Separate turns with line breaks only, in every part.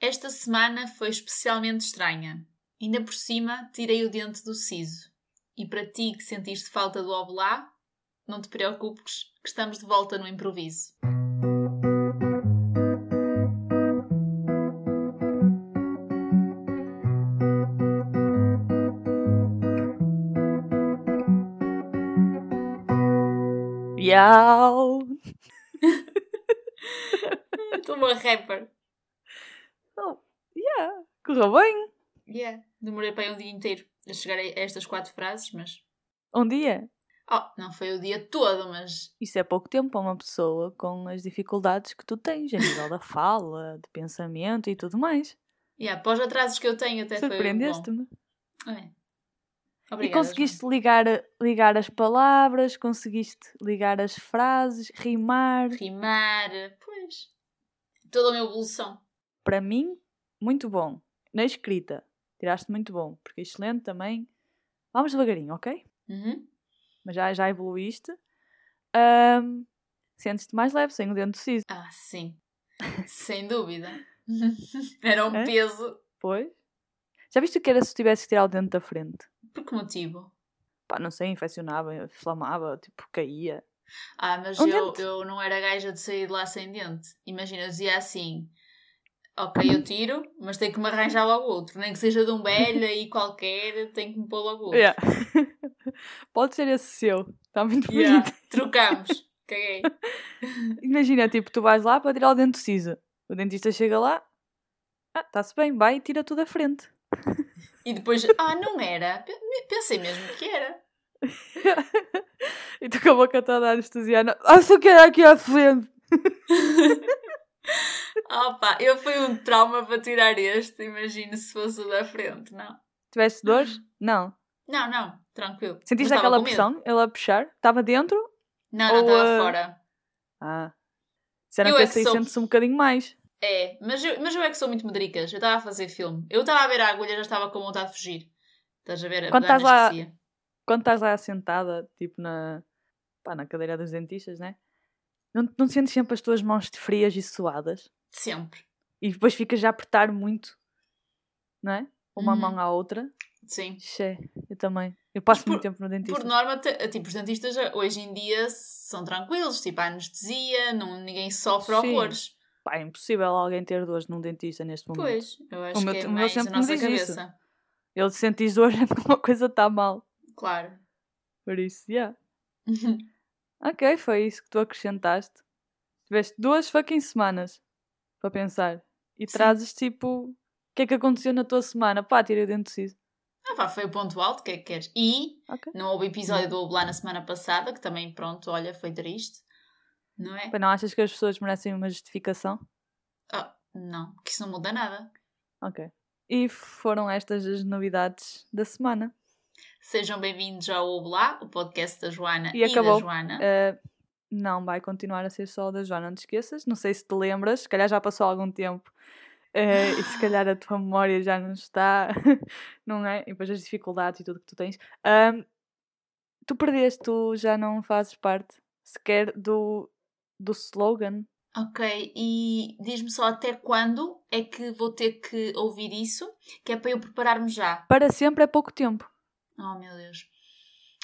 Esta semana foi especialmente estranha. Ainda por cima, tirei o dente do siso. E para ti que sentiste falta do oblá, não te preocupes, que estamos de volta no improviso.
Bial!
Estou uma rapper.
Oh, yeah, correu bem.
Yeah. Demorei para aí um dia inteiro a chegar a estas quatro frases, mas.
Um dia.
Oh, não foi o dia todo, mas.
Isso é pouco tempo para uma pessoa com as dificuldades que tu tens a nível da fala, de pensamento e tudo mais.
Yeah, para os atrasos que eu tenho, até é, foi.
Surpreendeste-me.
bom. É.
E
Obrigada,
conseguiste ligar, ligar as palavras, conseguiste ligar as frases, rimar.
João. Rimar, pois. Toda uma evolução.
Para mim, muito bom. Na escrita, tiraste muito bom, porque excelente também. Vamos devagarinho, ok?
Uhum.
mas já, já evoluíste. Ahm, Sentes-te mais leve, sem o dente do siso.
Ah, sim. Sem dúvida. Era um
É?
peso.
Pois. Já viste o que era se tivesse que tirar o dente da frente?
Por que motivo?
Pá, não sei, infeccionava, inflamava, tipo, caía.
Ah, mas
Um
eu,
dente.
eu não era gaja de sair de lá sem dente. Imagina, eu dizia assim: Ok, eu tiro, mas tenho que me arranjar logo outro. Nem que seja de um velho aí qualquer, tenho que me pôr logo outro.
Yeah. Pode ser esse seu. Está muito
Yeah,
bonito.
Trocamos. Caguei.
Imagina, tipo, tu vais lá para tirar o dente do siso. O dentista chega lá. Ah, está-se bem, vai e tira tudo da frente.
E depois, ah, não era. Pe- Pensei mesmo que era.
e tu com a boca toda anestesiana. Ah, só quero aqui à frente.
Opa, eu fui um trauma para tirar este. Imagino se fosse o da frente, não.
Tiveste dores? Não.
Não, não, tranquilo.
Sentiste
Uhum. Mas estava
aquela
com medo.
pressão? Ela a puxar? Estava dentro?
Não, não,
Ou,
estava
ah,
fora.
Ah. Será
Eu
que
é
essa aí
que sou-
sente-se um bocadinho mais?
É, mas eu, mas eu é que sou muito medricas. Eu estava a fazer filme. Eu estava a ver a agulha, já estava com vontade de fugir. Estás a ver? a
Quando
da
estás lá-
anestesia.
Quando estás lá sentada, tipo na, pá, na cadeira dos dentistas, né? Não, não sentes sempre as tuas mãos frias e suadas?
Sempre.
E depois ficas a apertar muito, não é? Uma
Uhum.
mão à outra.
Sim.
Xé, eu também. Eu passo
Mas por-
muito tempo no dentista.
Por norma, te- tipo, os dentistas hoje em dia são tranquilos. Tipo, há anestesia, não, ninguém sofre
Sim.
horrores.
Pá, é impossível alguém ter dores num dentista neste momento.
Pois, eu acho
O meu-
que é
o meu
mais a
sempre me
nossa
diz isso.
cabeça.
Ele sentis dor é porque uma coisa está mal.
Claro.
Por isso, yeah. Ok, foi isso que tu acrescentaste. Tiveste duas fucking semanas para pensar. E
Sim.
trazes tipo. O que é que aconteceu na tua semana? Pá, tirei dentro do siso.
Ah pá, foi o ponto alto, o que é que queres? E
Ok.
não houve episódio do Oblá na semana passada, que também, pronto, olha, foi triste. Não é?
Pá, não achas que as pessoas merecem uma justificação?
Ah, não, que isso não muda nada.
Ok. E foram estas as novidades da semana.
Sejam bem-vindos ao Oblá, o podcast da Joana e,
E acabou.
da Joana.
Ah, não vai continuar a ser só da Joana, não te esqueças. Não sei se te lembras, se calhar já passou algum tempo. Ah, e se calhar a tua memória já não está, não é? E depois as dificuldades e tudo que tu tens. Ah, tu perdeste, tu já não fazes parte sequer do, do slogan.
Ok, e diz-me só até quando é que vou ter que ouvir isso, que é para eu preparar-me já.
Para sempre é pouco tempo.
Oh, meu Deus.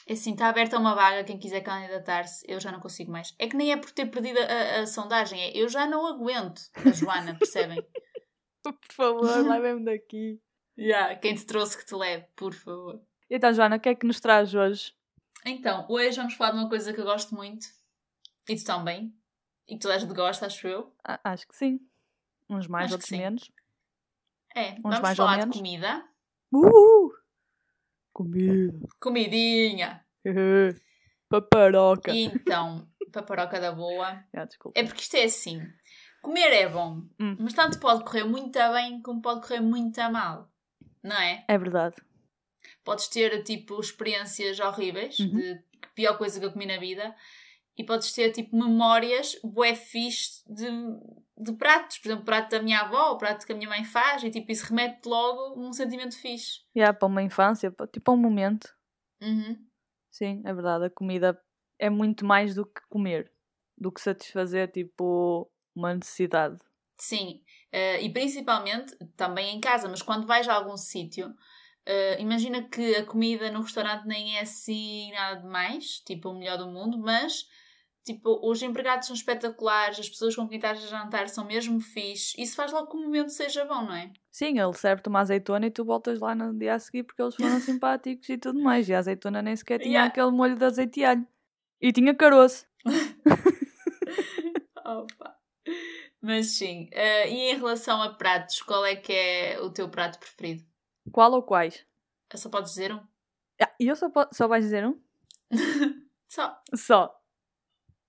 É Assim, está aberta uma vaga, quem quiser candidatar-se, eu já não consigo mais. É que nem é por ter perdido a, a- a sondagem, é eu já não aguento a Joana, percebem?
Por favor, leva-me daqui.
Yeah, quem te trouxe que te leve, por favor.
Então, Joana, o que é que nos traz hoje?
Então, hoje vamos falar de uma coisa que eu gosto muito, e tu também, e que toda a gente gosta, acho eu.
Ah, acho que sim. Uns mais,
Acho que
outros
sim.
menos.
É, vamos
mais ou
falar de
menos.
comida.
Uhul! Comida.
Comidinha!
Uhul. Paparoca.
E então, paparoca da boa.
Ah, desculpa.
É porque isto é assim: comer é bom,
Hum.
mas tanto pode correr muito a bem como pode correr muito a mal, não é?
É verdade.
Podes ter, tipo, experiências horríveis,
Uhum.
de pior coisa que eu comi na vida, e podes ter, tipo, memórias bué fixe de, de pratos, por exemplo, o prato da minha avó, o prato que a minha mãe faz, e tipo, isso remete logo a um sentimento fixe.
E há para uma infância, pa- tipo, para um momento.
Uhum.
Sim, é verdade. A comida é muito mais do que comer. Do que satisfazer, tipo, uma necessidade.
Sim, Eh, e principalmente também em casa, mas quando vais a algum sítio, eh, imagina que a comida no restaurante nem é assim nada demais, tipo o melhor do mundo, mas tipo, os empregados são espetaculares, as pessoas com quem estás a jantar são mesmo fixe, isso faz logo que o momento seja bom, não é?
Sim, ele serve-te uma azeitona e tu voltas lá no dia a seguir porque eles foram simpáticos e tudo mais. E a azeitona nem sequer tinha
Yeah.
aquele molho de azeitealho. E tinha caroço.
Opa. Mas sim, eh, e em relação a pratos, qual é que é o teu prato preferido?
Qual ou quais?
Eu só podes dizer um?
Ah, E eu só, po- só vais dizer um?
Só.
Só.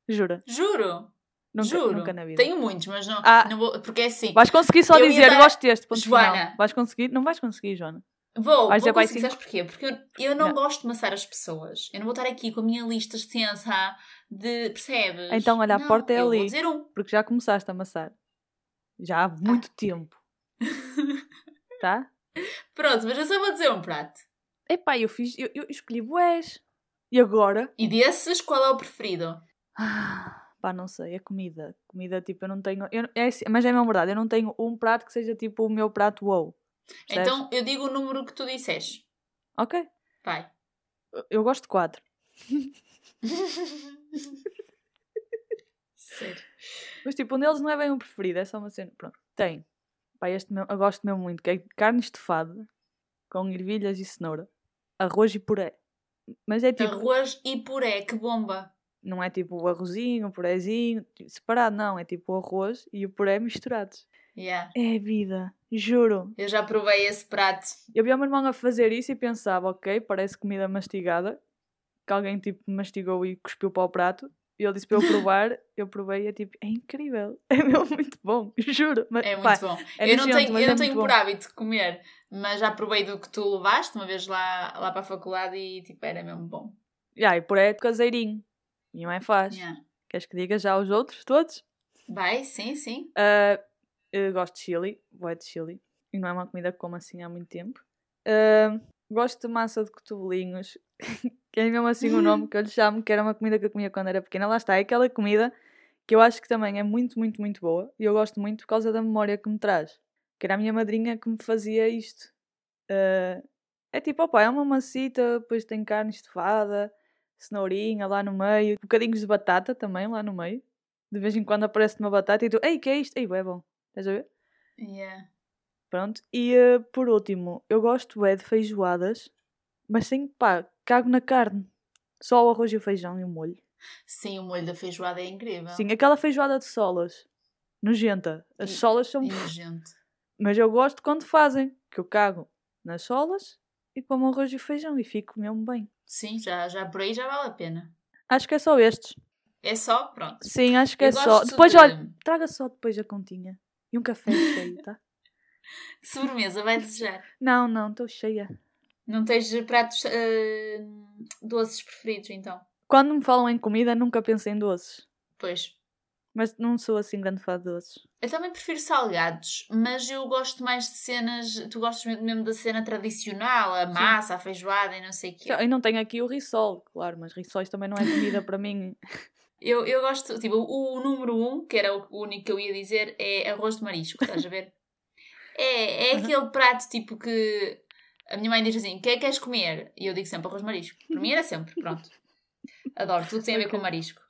Jura?
Juro,
Nunca,
juro.
nunca na vida.
Tenho muitos, mas não,
Ah.
não vou, porque é assim.
Vais conseguir só
Eu ia
dizer,
dar-
gosto deste, ponto
Joana.
final. Vais conseguir? Não vais conseguir, Joana.
Vou,
Vais
vou
dizer vai
conseguir, sabes porquê? Porque eu, eu não,
Não.
gosto de maçar as pessoas. Eu não vou estar aqui com a minha lista extensa de. Percebes?
Então, olha, a
Não,
porta é
eu Vou
ali.
dizer um.
Porque já começaste a amassar. Já há muito
Ah.
tempo, tá?
Pronto, mas eu só vou dizer um prato.
Epá, eu fiz... Eu, eu escolhi bués. E agora?
E desses, qual é o preferido?
Ah, Pá, não sei, a comida. Comida, tipo, eu não tenho. eu não- é assim, mas é mesmo verdade, eu não tenho um prato que seja tipo o meu prato wow. Percebes?
Então eu digo o número que tu disseste.
Ok,
Vai.
eu- eu gosto de quatro.
Sério.
Mas tipo, um deles não é bem o preferido, é só uma cena. Pronto, tem. Pá, este meu, eu gosto mesmo muito, que é carne estufada com ervilhas e cenoura, arroz e puré. Mas é tipo,
Arroz e puré, que bomba!
não é tipo o arrozinho, o purézinho, tipo, separado, não. É tipo o arroz e o puré misturados.
Yeah.
É vida, juro.
Eu já provei esse prato.
Eu vi o meu irmão a fazer isso e pensava, ok, parece comida mastigada, que alguém tipo mastigou e cuspiu para o prato. E ele disse para eu provar, eu provei e é tipo, é incrível, é mesmo muito bom, juro. Mas,
É muito
pá,
bom.
é
eu não
nojento,
tenho,
mas
eu não
é
tenho
muito
por
bom.
hábito de comer, mas já provei do que tu levaste uma vez lá, lá para a faculdade e tipo, era mesmo bom.
Já, e por aí é caseirinho, minha mãe faz.
Yeah.
Queres que diga já aos outros todos?
Vai, sim, sim.
Ah, eu gosto de chili, boé de chili, e não é uma comida que como assim há muito tempo. Ah, gosto de massa de cotovelinhos, que é mesmo assim o nome que eu lhe chamo, que era uma comida que eu comia quando era pequena. Lá está, é aquela comida que eu acho que também é muito, muito, muito boa, e eu gosto muito por causa da memória que me traz. Que era a minha madrinha que me fazia isto. Ah, é tipo, opa, é uma macita, depois tem carne estufada, cenourinha lá no meio, bocadinhos de batata também lá no meio. De vez em quando aparece uma batata e tu, ei, que é isto? Ei, bué, é bom. Estás a ver?
Yeah.
Pronto. E eh, por último, eu gosto é de feijoadas, mas sem, pá, cago na carne. Só o arroz e o feijão e o molho.
Sim, o molho da feijoada é incrível.
Sim, aquela feijoada de solas. Nojenta. As
E-
solas são.
E, gente,
Mas eu gosto quando fazem, que eu cago nas solas e como arroz e feijão e fico mesmo bem.
sim, já, já por aí já vale a pena.
Acho que é só estes.
É só, pronto.
Sim, acho que
Eu
é só.
gosto
Depois,
de- né?
olha, traga só depois a continha. E um café cheio, tá?
de Sobremesa, vai desejar.
Não, não, estou cheia.
Não tens pratos eh, doces preferidos, então?
Quando me falam em comida, nunca penso em doces.
Pois.
Mas não sou assim grande fã de doces.
Eu também prefiro salgados, mas eu gosto mais de cenas. Tu gostas mesmo- mesmo da cena tradicional, a massa, a feijoada e não sei o quê.
Eu não tenho aqui o risol, claro, mas risóis também não é comida para mim.
Eu, eu gosto, tipo, o, o número um, que era o único que eu ia dizer, é arroz de marisco, estás a ver? É, é
Uhum.
aquele prato tipo que a minha mãe diz assim: o que é que queres comer? E eu digo sempre arroz de marisco. Para mim era sempre, pronto. Adoro tudo que tem a ver com
Ok.
marisco.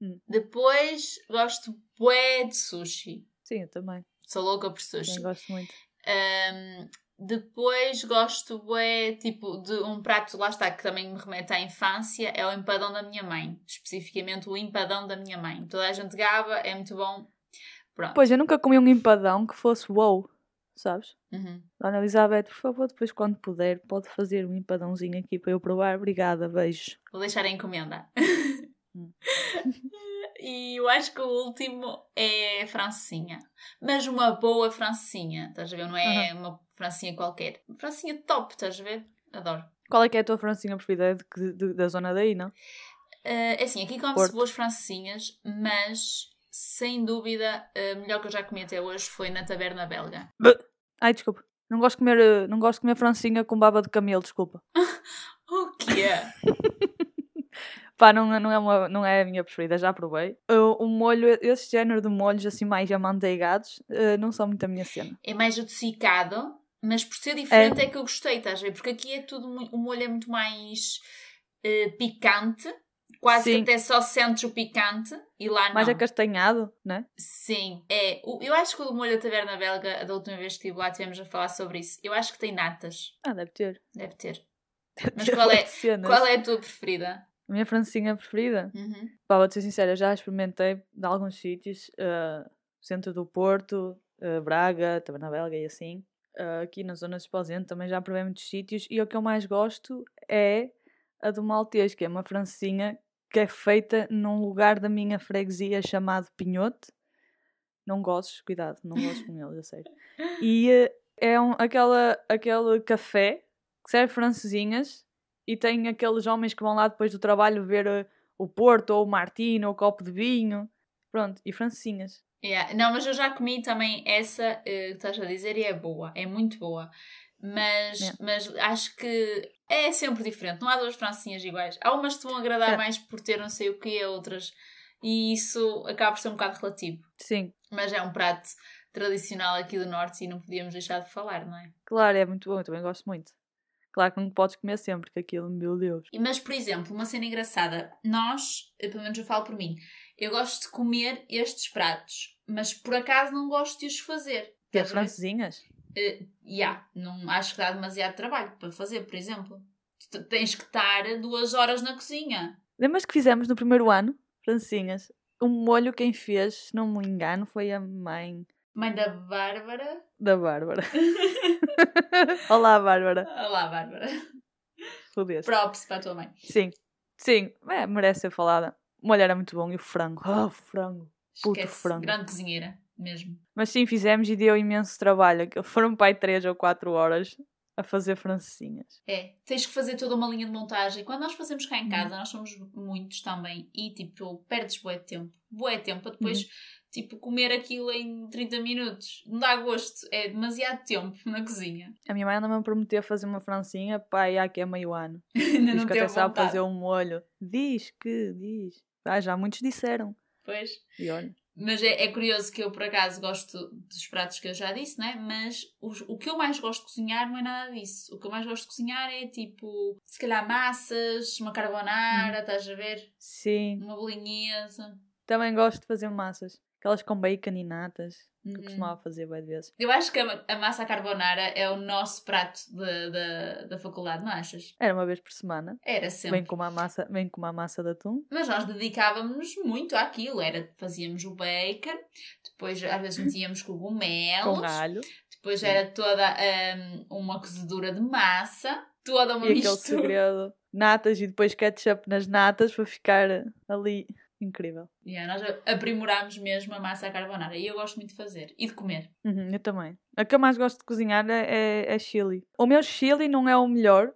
Hum.
Depois gosto bué de sushi.
Sim, eu também.
Sou louca por
Sim,
sushi.
gosto muito.
Ahm, depois gosto bué, tipo, de um prato, lá está, que também me remete à infância, é o empadão da minha mãe. Especificamente o empadão da minha mãe. Toda a gente gaba, é muito bom. Pronto.
Pois, eu nunca comi um empadão que fosse wow, sabes?
Uhum.
Dona Elizabeth, por favor, depois quando puder, pode fazer um empadãozinho aqui para eu provar. Obrigada, beijo.
Vou deixar a encomenda.
Hum.
e eu acho que o último é francinha. Mas uma boa francinha, estás a ver? Não é uma francinha qualquer. Francinha top, estás a ver? Adoro.
Qual é que é a tua francinha preferida É de que- de- da zona daí, não?
Uh, é assim, aqui come-se
Porto.
boas francesinhas, mas sem dúvida a melhor que eu já comi até hoje foi na taberna belga.
Ai, desculpa. Não gosto de comer, eh, não gosto de comer francinha com baba de camelo, desculpa.
O que é?
Pá, não, não, é uma, não é a minha preferida, já provei. O, o molho, esse género de molhos assim mais amanteigados, eh, não são muito a minha cena.
É mais adocicado, mas por ser diferente é, que eu gostei, estás a ver? Porque aqui é tudo muito. O molho é muito mais eh, picante, quase
Sim.
que até só sentes o picante e lá
Mais
não.
acastanhado, né?
Sim, é. O- Eu acho que o molho da taverna belga, da última vez que estive lá, tivemos a falar sobre isso. Eu acho que tem natas,
Ah, deve ter.
deve ter.
Deve
Mas
ter
qual é-
bué de cenas.
Qual é a tua preferida?
A minha francinha preferida?
Uhum.
Pá, vou-te ser sincera, já experimentei de alguns sítios, eh, centro do Porto, eh, Braga, Taberna Belga e assim. Eh, aqui na zona de Esposente também já provei muitos sítios e o que eu mais gosto é a do Maltês, que é uma francinha que é feita num lugar da minha freguesia chamado Pinhote. Não gostes, cuidado, não gostes com eles, a sério. E eh, é um, aquela, aquele café que serve francesinhas e tem aqueles homens que vão lá depois do trabalho ver eh, o Porto, ou o Martino, ou o copo de vinho. Pronto, e francesinhas.
Yeah. Não, mas eu já comi também essa eh, que estás a dizer e é boa, é muito boa. Mas,
Yeah.
mas acho que é sempre diferente, não há duas francinhas iguais. Há umas que te vão agradar
Yeah.
mais por ter não sei o que, outras, e isso acaba por ser um bocado relativo.
Sim,
Mas é um prato tradicional aqui do Norte e não podíamos deixar de falar, não é?
claro, é muito bom, eu também gosto muito. Claro que não podes comer sempre, que aquilo, meu Deus.
E- Mas, por exemplo, uma cena engraçada, nós, eh, pelo menos eu falo por mim, eu gosto de comer estes pratos, mas por acaso não gosto de os fazer.
Que é
Estás a ver?
francesinhas?
Yeah, não acho que dá demasiado trabalho para fazer, por exemplo. Tu te- tens que estar duas horas na cozinha.
Lembras que fizemos no primeiro ano? Francesinhas. Um molho quem fez, se não me engano, foi a mãe
Mãe da Bárbara.
da Bárbara. Olá, Bárbara.
Olá, Bárbara.
Fudeste.
Props para a tua mãe.
Sim, sim, é, merece ser falada. O molho era muito bom e o frango. Ah, o frango. Puto
Esquece.
frango.
Grande cozinheira, mesmo.
Mas sim, fizemos e deu imenso trabalho. Aquilo Foram para aí 3 ou 4 horas a fazer francesinhas.
É, tens que fazer toda uma linha de montagem. Quando nós fazemos cá em
Uhum.
casa, nós somos muitos também e tipo, perdes bué de tempo. Bué de tempo para depois,
Uhum.
tipo, comer aquilo em 30 minutos. Não dá gosto, é demasiado tempo na cozinha.
A minha mãe anda-me a prometer fazer uma francinha para aí há que é meio ano.
Ainda
Diz
não
que
tenho
até sabe
vontade.
fazer um molho. Diz que, diz. Ah, já muitos disseram.
Pois.
E olha.
Mas é, é curioso que eu, por acaso, gosto dos pratos que eu já disse, né? Mas os- o que eu mais gosto de cozinhar não é nada disso. O que eu mais gosto de cozinhar é tipo, se calhar massas, uma
Hum.
carbonara, estás a ver?
Sim,
Uma bolinhesa.
também gosto de fazer massas. Aquelas com bacon e natas. Que eu
Uhum.
costumava fazer várias vezes.
Eu acho que a, ma- a massa à carbonara é o nosso prato da- da- da faculdade, não achas?
Era uma vez por semana.
Era
Vem
sempre.
com, uma massa, vem com uma massa de atum.
Mas nós dedicávamos muito àquilo. Era, fazíamos o bacon, depois às vezes metíamos cogumelos.
Com alho.
Depois era toda hum, uma cozedura de massa, toda uma
e aquele
mistura.
segredo. Natas e depois ketchup nas natas para ficar ali. Incrível.
Yeah, nós aprimorámos mesmo a massa à carbonara e eu gosto muito de fazer e de comer.
Uhum, eu também. A que eu mais gosto de cozinhar é, é, é chili. O meu chili não é o melhor,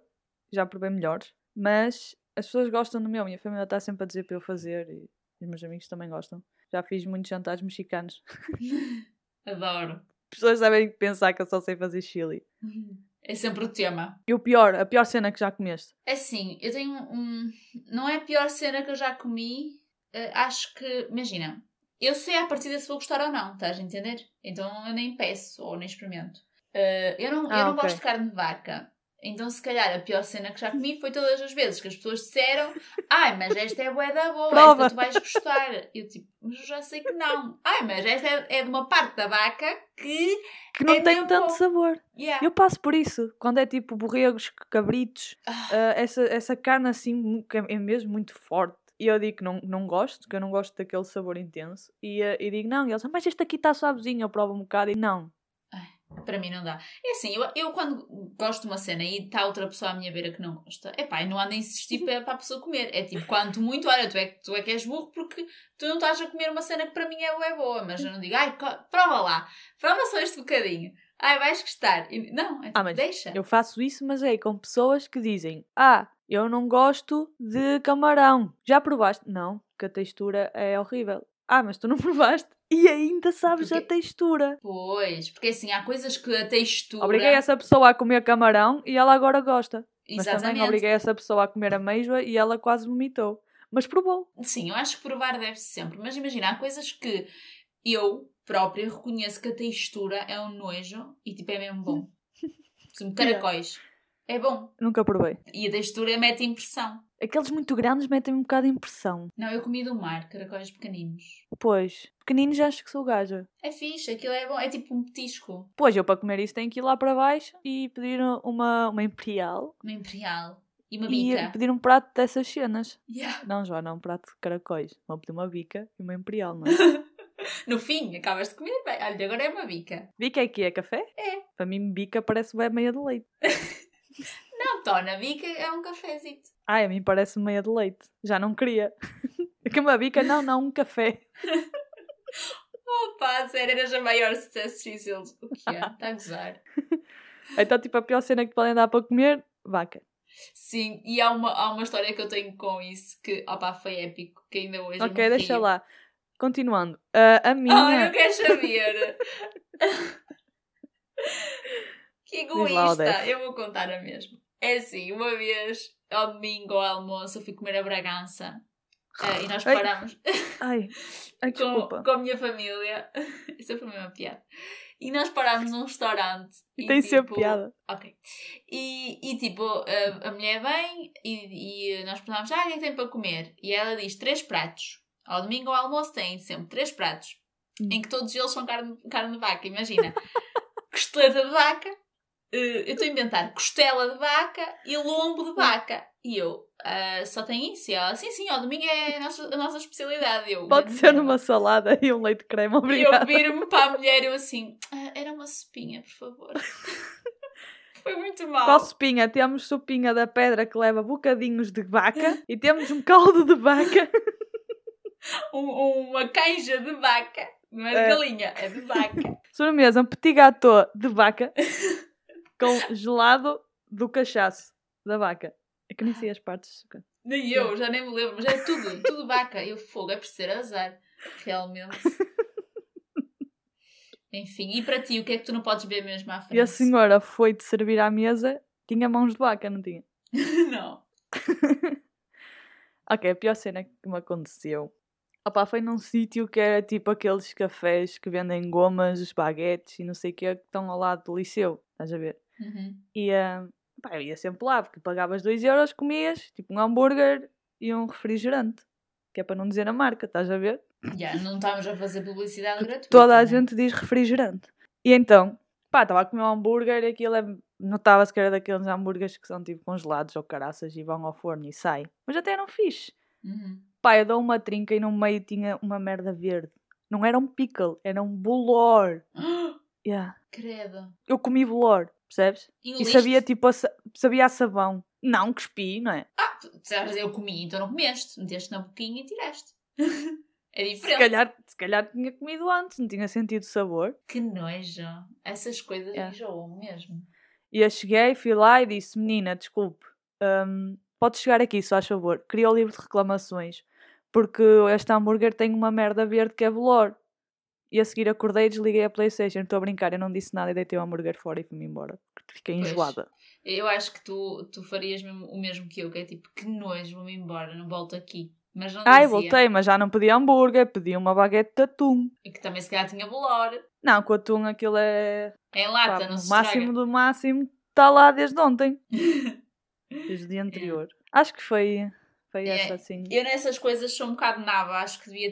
já provei melhores, mas as pessoas gostam do meu. Minha família está sempre a dizer para eu fazer e os meus amigos também gostam. Já fiz muitos jantares mexicanos.
Adoro.
As pessoas sabem pensar que eu só sei fazer chili. Uhum.
É sempre o tema.
E o pior, a pior cena que já comeste.
Assim, eu tenho um. Não é a pior cena que eu já comi. eh, acho que. Imagina, eu sei à partida se vou gostar ou não, estás a entender? Então eu nem peço ou nem experimento. Eh, eu não, eu
Ah,
não
ok.
gosto de carne de vaca. Então, se calhar, a pior cena que já comi foi todas as vezes que as pessoas disseram: Ai, mas esta é bué da boa,
Prova."
esta tu vais gostar. Eu tipo, mas eu já sei que não. Ai, mas esta é, é de uma parte da vaca que.
Que não
É
tem
mesmo
tanto
bom.
sabor.
Yeah.
Eu passo por isso. Quando é tipo borregos, cabritos,
Ah.
ah, essa, essa carne assim mu- que é é mesmo muito forte. E eu digo que não, não gosto, que eu não gosto daquele sabor intenso. E, ah, e digo, não, e eles, mas este aqui está suavezinho, eu provo um bocado. E não,
Para mim não dá. É assim, eu, eu quando gosto de uma cena e está outra pessoa à minha beira que não gosta, é pá, não ando a
Uhum.
insistir para, para a pessoa comer. É tipo, quanto muito, olha, tu é, que- tu é que és burro porque tu não estás a comer uma cena que para mim é, é boa, mas eu não digo, ai, co- prova lá, prova só este bocadinho, ai, vais gostar. E- não, é tipo,
Ah, mas
deixa.
eu faço isso, mas é com pessoas que dizem, ah, eu não gosto de camarão. Já provaste? Não, que a textura é horrível. Ah, mas tu não provaste e ainda sabes a
Porque-
textura.
Pois, porque assim, há coisas que a textura.
Obriguei essa pessoa a comer camarão e ela agora gosta. Mas também
Exatamente.
obriguei essa pessoa a comer ameijoa e ela quase vomitou. Mas provou.
Sim, eu acho que provar deve-se sempre. Mas imagina, há coisas que eu própria reconheço que a textura é um nojo e tipo é mesmo bom. Por exemplo, caracóis. É bom.
Nunca provei.
E a textura mete impressão.
Aqueles muito grandes metem-me um bocado de impressão.
Não, eu comi do mar, caracóis pequeninos.
Pois, pequeninos já acho que sou gaja.
É fixe, aquilo é bom. É tipo um petisco.
Pois, eu para comer isso tenho que ir lá para baixo e pedir uma, uma imperial.
Uma imperial. E uma
E
bica.
pedir um prato dessas cenas.
Yeah.
Não, Joana, um prato de caracóis. Vou pedir uma bica e uma imperial, não é?
No fim, acabas de comer bem. Olha, agora é uma bica.
bica é que é café?
É.
Para mim, bica parece bem meia de leite.
Não, Tona, bica é um cafezito.
Ai, a mim parece meia de leite. Já não queria. É que uma bica, não, não, um café.
Opa, a sério, eras a maior sucesso difícil. O que é? Está a gozar.
Então, tipo, a pior cena que podem dar para comer, vaca.
Sim, e há uma, há uma história que eu tenho com isso que, opá, foi épico, que ainda hoje
ok,
me
deixa
rio.
lá. Continuando. Ah, a
Ah,
minha.
um eu quero saber. que
lá,
egoísta.
Odete.
Eu vou contar a mesma. É assim, uma vez, ao domingo, ao almoço, eu fui comer a Bragança. ah, e nós
Ai,
parámos
Ai, ai,
com,
desculpa.
com a minha família. Isso foi uma piada. E nós parámos num restaurante.
E tem
tipo,
sempre piada.
Ok. E, e tipo, a, a mulher vem e, e nós perguntámos, ah, o que é que tem para comer? E ela diz três pratos. Ao domingo ao almoço tem sempre três pratos.
Hum.
Em que todos eles são carne, carne de vaca, imagina. Costeleta de vaca. eh, eu estou a inventar costela de vaca e lombo de vaca. E eu, ah, só tem isso? E ela, sim, sim, ao domingo é a nossa, a nossa especialidade. E Eu,
Pode
"Grande
ser
merda."
uma salada e um leite de creme,
E eu
obrigada.
viro-me para a mulher e eu assim, "Ah, era uma sopinha, por favor. Foi muito mal.
Qual sopinha? Temos sopinha da pedra que leva bocadinhos de vaca e temos um caldo de vaca.
Um- uma canja de vaca. Não é de
É.
galinha, é de vaca.
Sobremesa, um petit gâteau de vaca com gelado do cachaço da vaca. Eu que nem sei as partes.
Ah, Nem eu, já nem me lembro, mas é tudo, tudo vaca. Eu fogo, é por ser azar. Realmente. Enfim, e para ti, o que é que tu não podes beber mesmo à frente?
E assim a senhora foi de servir à mesa, tinha mãos de vaca, não tinha?
não.
Ok, a pior cena que me aconteceu. Opá, foi num sítio que era tipo aqueles cafés que vendem gomas, os baguetes e não sei o que, que estão ao lado do liceu, estás a ver?
Uhum.
E ah, pá, eu ia sempre lá, porque pagavas 2 euros, comias tipo um hambúrguer e um refrigerante, que é para não dizer a marca, estás a ver?
Já, não estamos a fazer publicidade gratuita.
Toda a
né?
gente diz refrigerante. E então, pá, estava a comer um hambúrguer e aquilo é. Notava-se que era daqueles hambúrgueres que são tipo congelados ou caraças e vão ao forno e saem. Mas até eram fixe.
Uhum.
Pá, eu dou uma trinca e no meio tinha uma merda verde. Não era um pickle, era um bolor. Yeah.
Credo.
Eu comi bolor, percebes? E
Engoliste?
sabia tipo a, sa- sabia a sabão. Não, cuspi, não é?
Ah, tu sabes, eu comi, então não comeste. Meteste na boquinha e tiraste. é
Se
diferente.
calhar, se calhar tinha comido antes, não tinha sentido sabor.
Que nojo. Essas coisas
É.
enjoam mesmo.
E eu cheguei, fui lá e disse: Menina, desculpe, hum, pode chegar aqui, só faz favor. Queria o livro de reclamações, porque este hambúrguer tem uma merda verde que é bolor. E a seguir acordei e desliguei a Playstation. Estou a brincar, eu não disse nada e deitei o hambúrguer fora e fui-me embora. Porque fiquei
Pois.
enjoada.
Eu acho que tu, tu farias mesmo- o mesmo que eu, que é tipo, que nojo, vou-me embora, não volto aqui. Mas não
Ai,
dizia.
voltei, mas já não pedi hambúrguer, pedi uma baguete de atum.
E que também se calhar tinha bolor.
Não, com atum aquilo é.
Em
pá,
lata, Ah, então não se
o máximo do máximo está lá desde ontem,
estraga.
desde o dia anterior. Acho que foi, foi
É,
essa assim.
Eu nessas coisas sou um bocado naba, acho que devia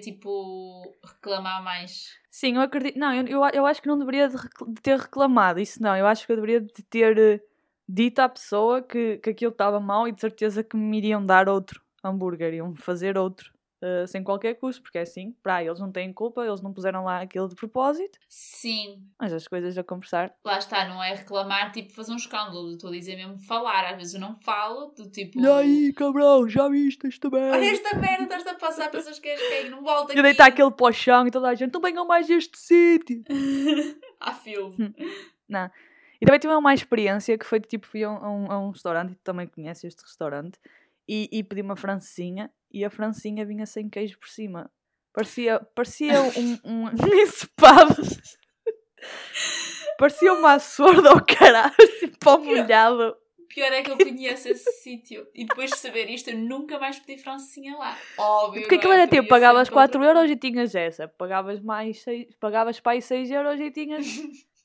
tipo reclamar mais.
Sim, eu acredito. Não, eu, eu, eu acho que não deveria de, recl- de ter reclamado isso, não. Eu acho que eu deveria de ter eh, dito à pessoa que, que aquilo estava mal e de certeza que me iriam dar outro hambúrguer, iam fazer outro. eh, sem qualquer custo, porque é assim, para eles não têm culpa, eles não puseram lá aquilo de propósito,
Sim,
mas as coisas a conversar.
lá está, não é reclamar, tipo fazer um escândalo, estou a dizer mesmo falar, às vezes eu não falo, do tipo.
E aí, cabrão, já viste isto
Olha
bem?
esta merda, estás a passar pessoas que és gay, não volta aqui.
E deitar aquele para o chão e toda a gente, não venham mais a este sítio.
Há filme.
E também tive uma experiência que foi tipo, fui a um, a um- a um restaurante, e tu também conheces este restaurante, e, e pedi uma francinha, e a francinha vinha sem queijo por cima. Parecia, parecia um, um encepado. parecia uma sorda ao caralho, tipo, ao assim, molhado.
Pior é que eu conheço esse sítio. E depois de saber isto, eu nunca mais pedi francesinha lá. Óbvio.
Porque aquilo
agora é
era
que eu
tipo,
ia
pagavas
sempre
4
contra-
euros e tinhas essa, pagavas mais 6, pagavas para aí 6 euros e tinhas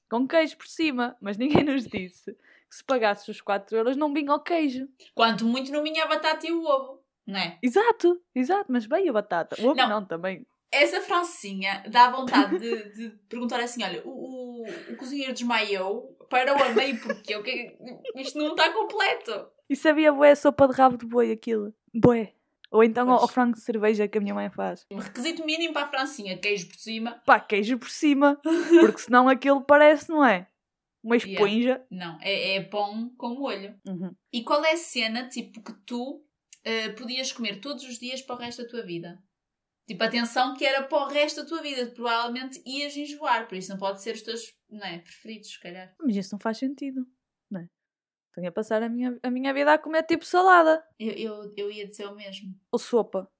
com queijo por cima, mas ninguém nos disse que se pagasses os 4 euros não vinha o queijo.
Quanto muito não vinha a batata e o ovo. Não é?
Exato, exato, mas bem a batata. O ovo
Não.
não, também.
Essa francinha dá vontade de, de perguntar assim: olha, o, o, o cozinheiro desmaiou, parou a meio porque eu, que, isto não está completo.
E sabia bué a sopa de rabo de boi aquilo. Bué. Ou então ao
Pois.
ao frango de cerveja que a minha mãe faz.
Um requisito mínimo para a francinha: queijo por cima.
Pá, queijo por cima, porque senão aquilo parece, não é? Uma
Yeah.
esponja.
Não, é, é pão com molho.
Uhum.
E qual é a cena, tipo, que tu eh, podias comer todos os dias para o resto da tua vida? Tipo, atenção que era para o resto da tua vida, provavelmente ias enjoar, por isso não pode ser os teus não é, preferidos, se calhar.
Mas isso não faz sentido, não é? Tenho a passar a minha, a minha vida a comer tipo salada.
Eu, eu, eu ia dizer o mesmo.
Ou sopa.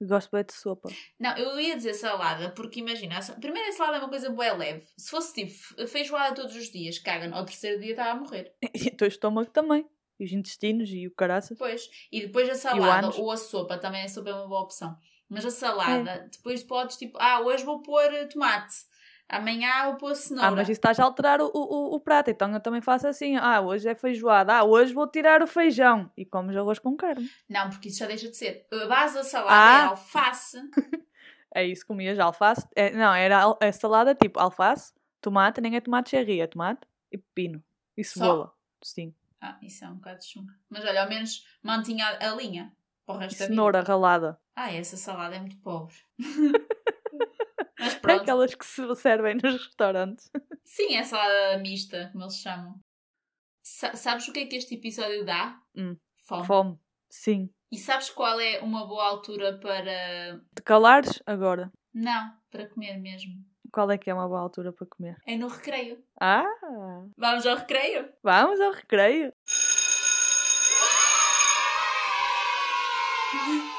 Eu gosto bem de sopa.
Não, eu ia dizer salada, porque imagina, a sa- primeiro a salada é uma coisa bué leve. Se fosse tipo fe- feijoada todos os dias, caga, ao terceiro dia estava a morrer.
E o teu estômago também. E os intestinos e o caraças.
Depois, e depois a
anos.
salada ou a sopa, também a sopa é uma boa opção. Mas a salada,
É.
depois podes tipo, ah, hoje vou pôr eh, tomate, amanhã vou pôr cenoura.
Ah, mas isso estás a alterar o, o, o- o prato. Então eu também faço assim. Ah, hoje é feijoada. Ah, hoje vou tirar o feijão. E comes arroz com carne.
Não, porque isso já deixa de ser. A base da salada é
Ah.
alface,
É isso, comias alface. É, não, era al- é salada tipo alface, tomate, nem é tomate cherry, é tomate e pepino. E
Só?
cebola. Sim.
Ah, isso é um bocado de chunga. Mas olha, ao menos mantinha a- a linha para o
E
resto da vida.
cenoura ralada.
Ah, essa salada é muito pobre. mas
É
pronto.
Aquelas que se servem nos restaurantes.
Sim, é salada mista, como eles chamam. Sa- sabes o que é que este episódio dá?
Hum.
Fome.
Fome. Sim.
E sabes qual é uma boa altura para.
De calares, agora.
Não, para comer mesmo.
Qual é que é uma boa altura para comer?
É no recreio.
Ah!
Vamos ao recreio?
Vamos ao recreio?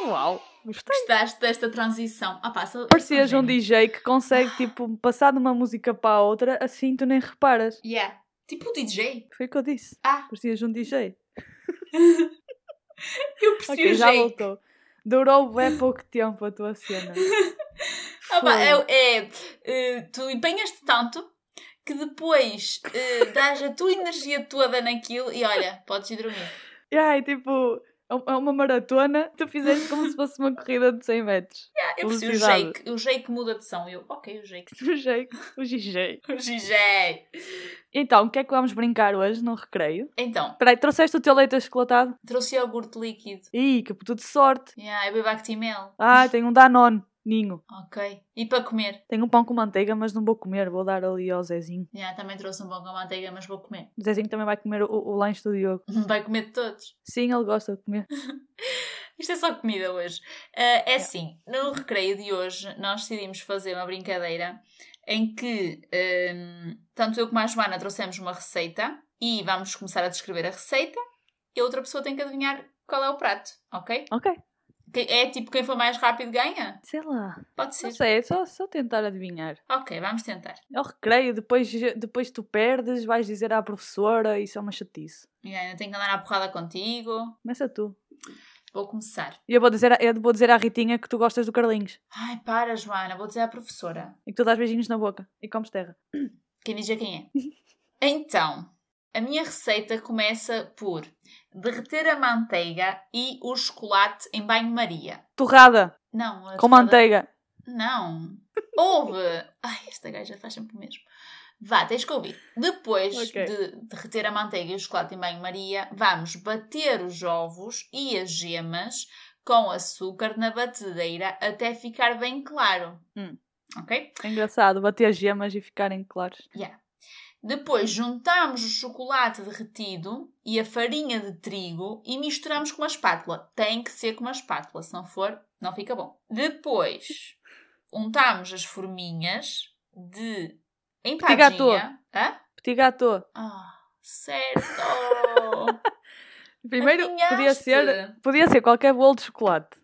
Uau!
um
Gostei.
Gostaste desta transição? Ah, pá, só-
Parecias
só
um
gênio.
DJ que consegue, tipo, passar de uma música para a outra assim tu nem reparas.
Yeah. Tipo o DJ.
Foi o que eu disse.
Ah,
Parecias um DJ.
eu percebi
ok,
o
já
jeito.
voltou. Durou bem pouco tempo a tua cena.
Ah, pá,
Fogo.
é, é, eh, tu empenhas-te tanto que depois eh, dás a tua energia toda naquilo e olha, podes ir dormir.
E aí, tipo, é um- é uma maratona, tu fizeste como se fosse uma corrida de 100 metros.
Ah, Eu percebi o
Velocidade.
Jake. O Jake muda de som. Eu, ok, o Jake.
O jeito, o DJ.
O Gigé.
Então, o que é que vamos brincar hoje no recreio?
Então,
Peraí, trouxeste o teu leite achocolatado?
trouxe iogurte líquido.
Ih, que puto de sorte!
Yeah, eu bebo Actimel.
Ah, tenho um Danone, ninho.
Ok. E para comer?
Tenho um pão com manteiga, mas não vou comer. Vou dar ali ao Zezinho.
Yeah, também trouxe um pão com manteiga, mas vou comer.
O Zezinho também vai comer o, o lanche do Diogo.
Vai comer de todos.
Sim, ele gosta de comer.
Isto é só comida hoje. Ah, é assim, no recreio de hoje nós decidimos fazer uma brincadeira em que hum, tanto eu como a Joana trouxemos uma receita e vamos começar a descrever a receita e a outra pessoa tem que adivinhar qual é o prato, ok?
Ok,
Que- É tipo quem for mais rápido ganha?
sei lá.
Pode ser.
Não sei, é só, só tentar adivinhar.
Ok, vamos tentar.
É o recreio, depois, depois tu perdes, vais dizer à professora, isso é uma chatice.
E ainda tenho que andar à porrada contigo.
Começa tu.
Vou começar.
E eu vou dizer, a- eu vou dizer à Ritinha que tu gostas do Carlinhos.
Ai, para, Joana, vou dizer à professora.
E que tu dás beijinhos na boca. E comes terra.
Quem diz é quem é. Então, a minha receita começa por derreter a manteiga e o chocolate em banho-maria.
Torrada,
Não, a torrada-
com manteiga.
Não. Ouve! Ai, esta gaja faz sempre o mesmo. Vá, tens que ouvir. Depois
Ok.
de derreter a manteiga e o chocolate em banho-maria, vamos bater os ovos e as gemas com açúcar na batedeira até ficar bem claro.
Hum.
Ok?
É engraçado, bater as gemas e ficarem claros.
Yeah. Depois juntamos o chocolate derretido e a farinha de trigo e misturamos com uma espátula. Tem que ser com uma espátula, se não for, não fica bom. Depois untamos as forminhas de
gâteau.
empadinha. Hã?
Petit gâteau.
Ah, certo!
Primeiro, podia
Adivinhaste.
ser, podia ser qualquer bolo de chocolate.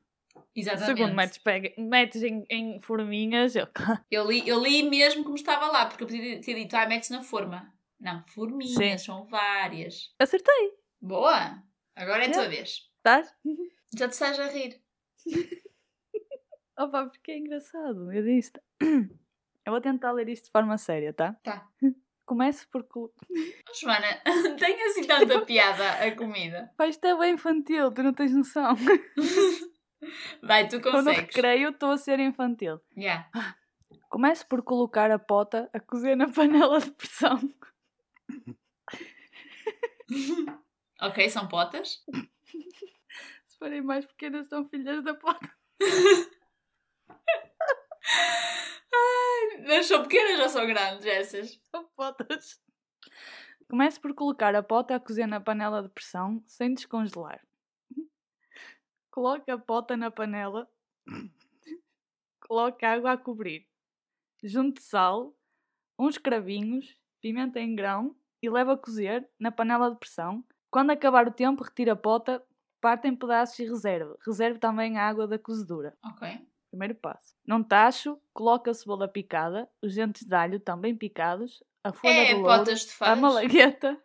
Exatamente.
Segundo, metes, pega, metes em, em forminhas. Eu,
Eu li, eu li mesmo como estava lá, porque eu podia ter dito, ah, metes na forma. Não, forminhas, são várias.
acertei.
Boa! Agora é a tua vez.
Estás?
Já te estás a rir.
Opa, porque é engraçado. Eu disse. Eu vou tentar ler isto de forma séria, tá?
Tá.
Começo por. col-
Oh, Joana, tem assim
Tipo-
tanta piada a comida.
Pá, isto é bem infantil, tu não tens noção.
Vai, tu
Eu no
consegues.
recreio estou a ser infantil.
Yeah.
Comece por colocar a pota a cozer na panela de pressão.
Ok, são potas.
Se forem mais pequenas, são filhas da pota.
Mas são pequenas ou são grandes essas?
São potas. Comece por colocar a pota a cozer na panela de pressão sem descongelar. Coloque a pota na panela. Coloque água a cobrir. Junte sal, uns cravinhos, pimenta em grão e leve a cozer na panela de pressão. Quando acabar o tempo, retire a pota, parte em pedaços e reserve. Reserve também a água da cozedura.
Ok.
Primeiro passo. Num tacho, coloca a cebola picada, os dentes de alho também picados, a folha
É
do louro,
potas de
a
faz.
malagueta,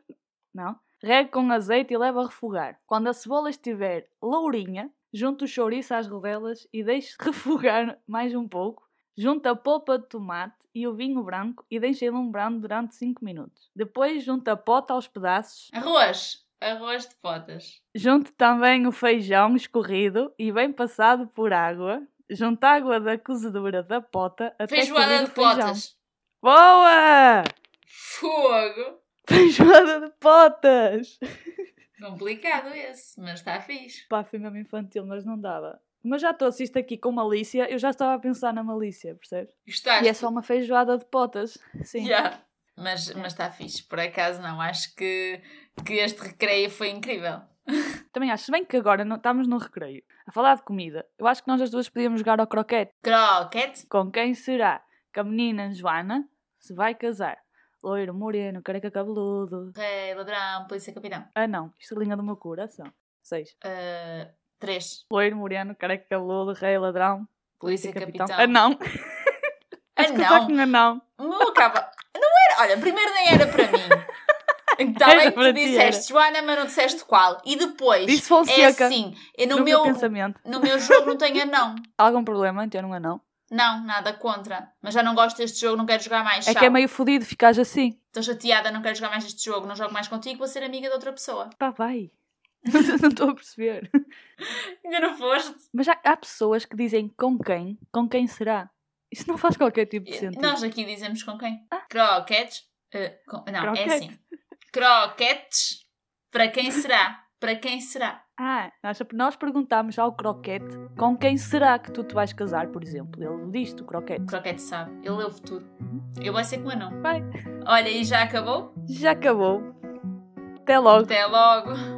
não, regue com azeite e leva a refogar. Quando a cebola estiver lourinha, junte o chouriço às rodelas e deixe refogar mais um pouco. Junte a polpa de tomate e o vinho branco e deixe ilumbrando durante 5 minutos. Depois junte a pota aos pedaços
Arroz. Arroz de potas.
Junte também o feijão escorrido e bem passado por água. Junte a água da cozedura da pota até
Feijoada
cobrir
de
o feijão.
potas.
Boa!
Fogo.
Feijoada de potas!
Complicado esse, mas está fixe.
Pá, foi mesmo infantil, mas não dava. Mas já estou assisto aqui com malícia, eu já estava a pensar na malícia, percebes?
Gostaste?
E é só uma feijoada de potas. Sim.
Yeah. Mas mas está fixe. Por acaso não. Acho que, que este recreio foi incrível.
Também acho, se bem que agora não, estamos no recreio. A falar de comida, eu acho que nós as duas podíamos jogar ao croquete.
Croquete.
Com quem será que a menina Joana se vai casar? Loiro, moreno, careca cabeludo.
Rei, ladrão, polícia, capitão.
Ah, não, isto é linha do meu coração. Seis.
Ah, três.
Loiro, moreno, careca cabeludo, rei, ladrão.
Polícia,
capitão.
capitão.
Ah, não.
Ah,
Acho que só
não.
com ah, não.
Não Uh, acaba. Não era. Olha, primeiro nem era para mim. Está
Era
bem que
para
tu
ti,
disseste Joana, mas não disseste qual. E depois.
Disse
é
Fonseca.
assim. Eu no,
no
meu,
meu pensamento.
no meu jogo não tenho anão.
Algum problema em ter um anão?
Não, nada contra. Mas já não gosto deste jogo, não quero jogar mais.
É
tchau.
que é meio fodido ficares assim.
Estou chateada, não quero jogar mais este jogo, não jogo mais contigo, vou ser amiga de outra pessoa.
Pá, vai. não estou a perceber.
Ainda não foste?
Mas há, há pessoas que dizem com quem, com quem será. Isso não faz qualquer tipo de sentido.
Nós aqui dizemos com quem? Croquetes? Eh, com- não,
Ah. Croquete.
é assim. Croquetes? Para quem será? Para quem será?
Ah, nós, nós perguntámos ao Croquete com quem será que tu te vais casar, por exemplo. Ele diz-te, o
O
Croquete.
croquete sabe, ele é o futuro. Eu vou ser com o anão.
Vai.
Olha, e já acabou?
Já acabou. Até logo.
Até logo.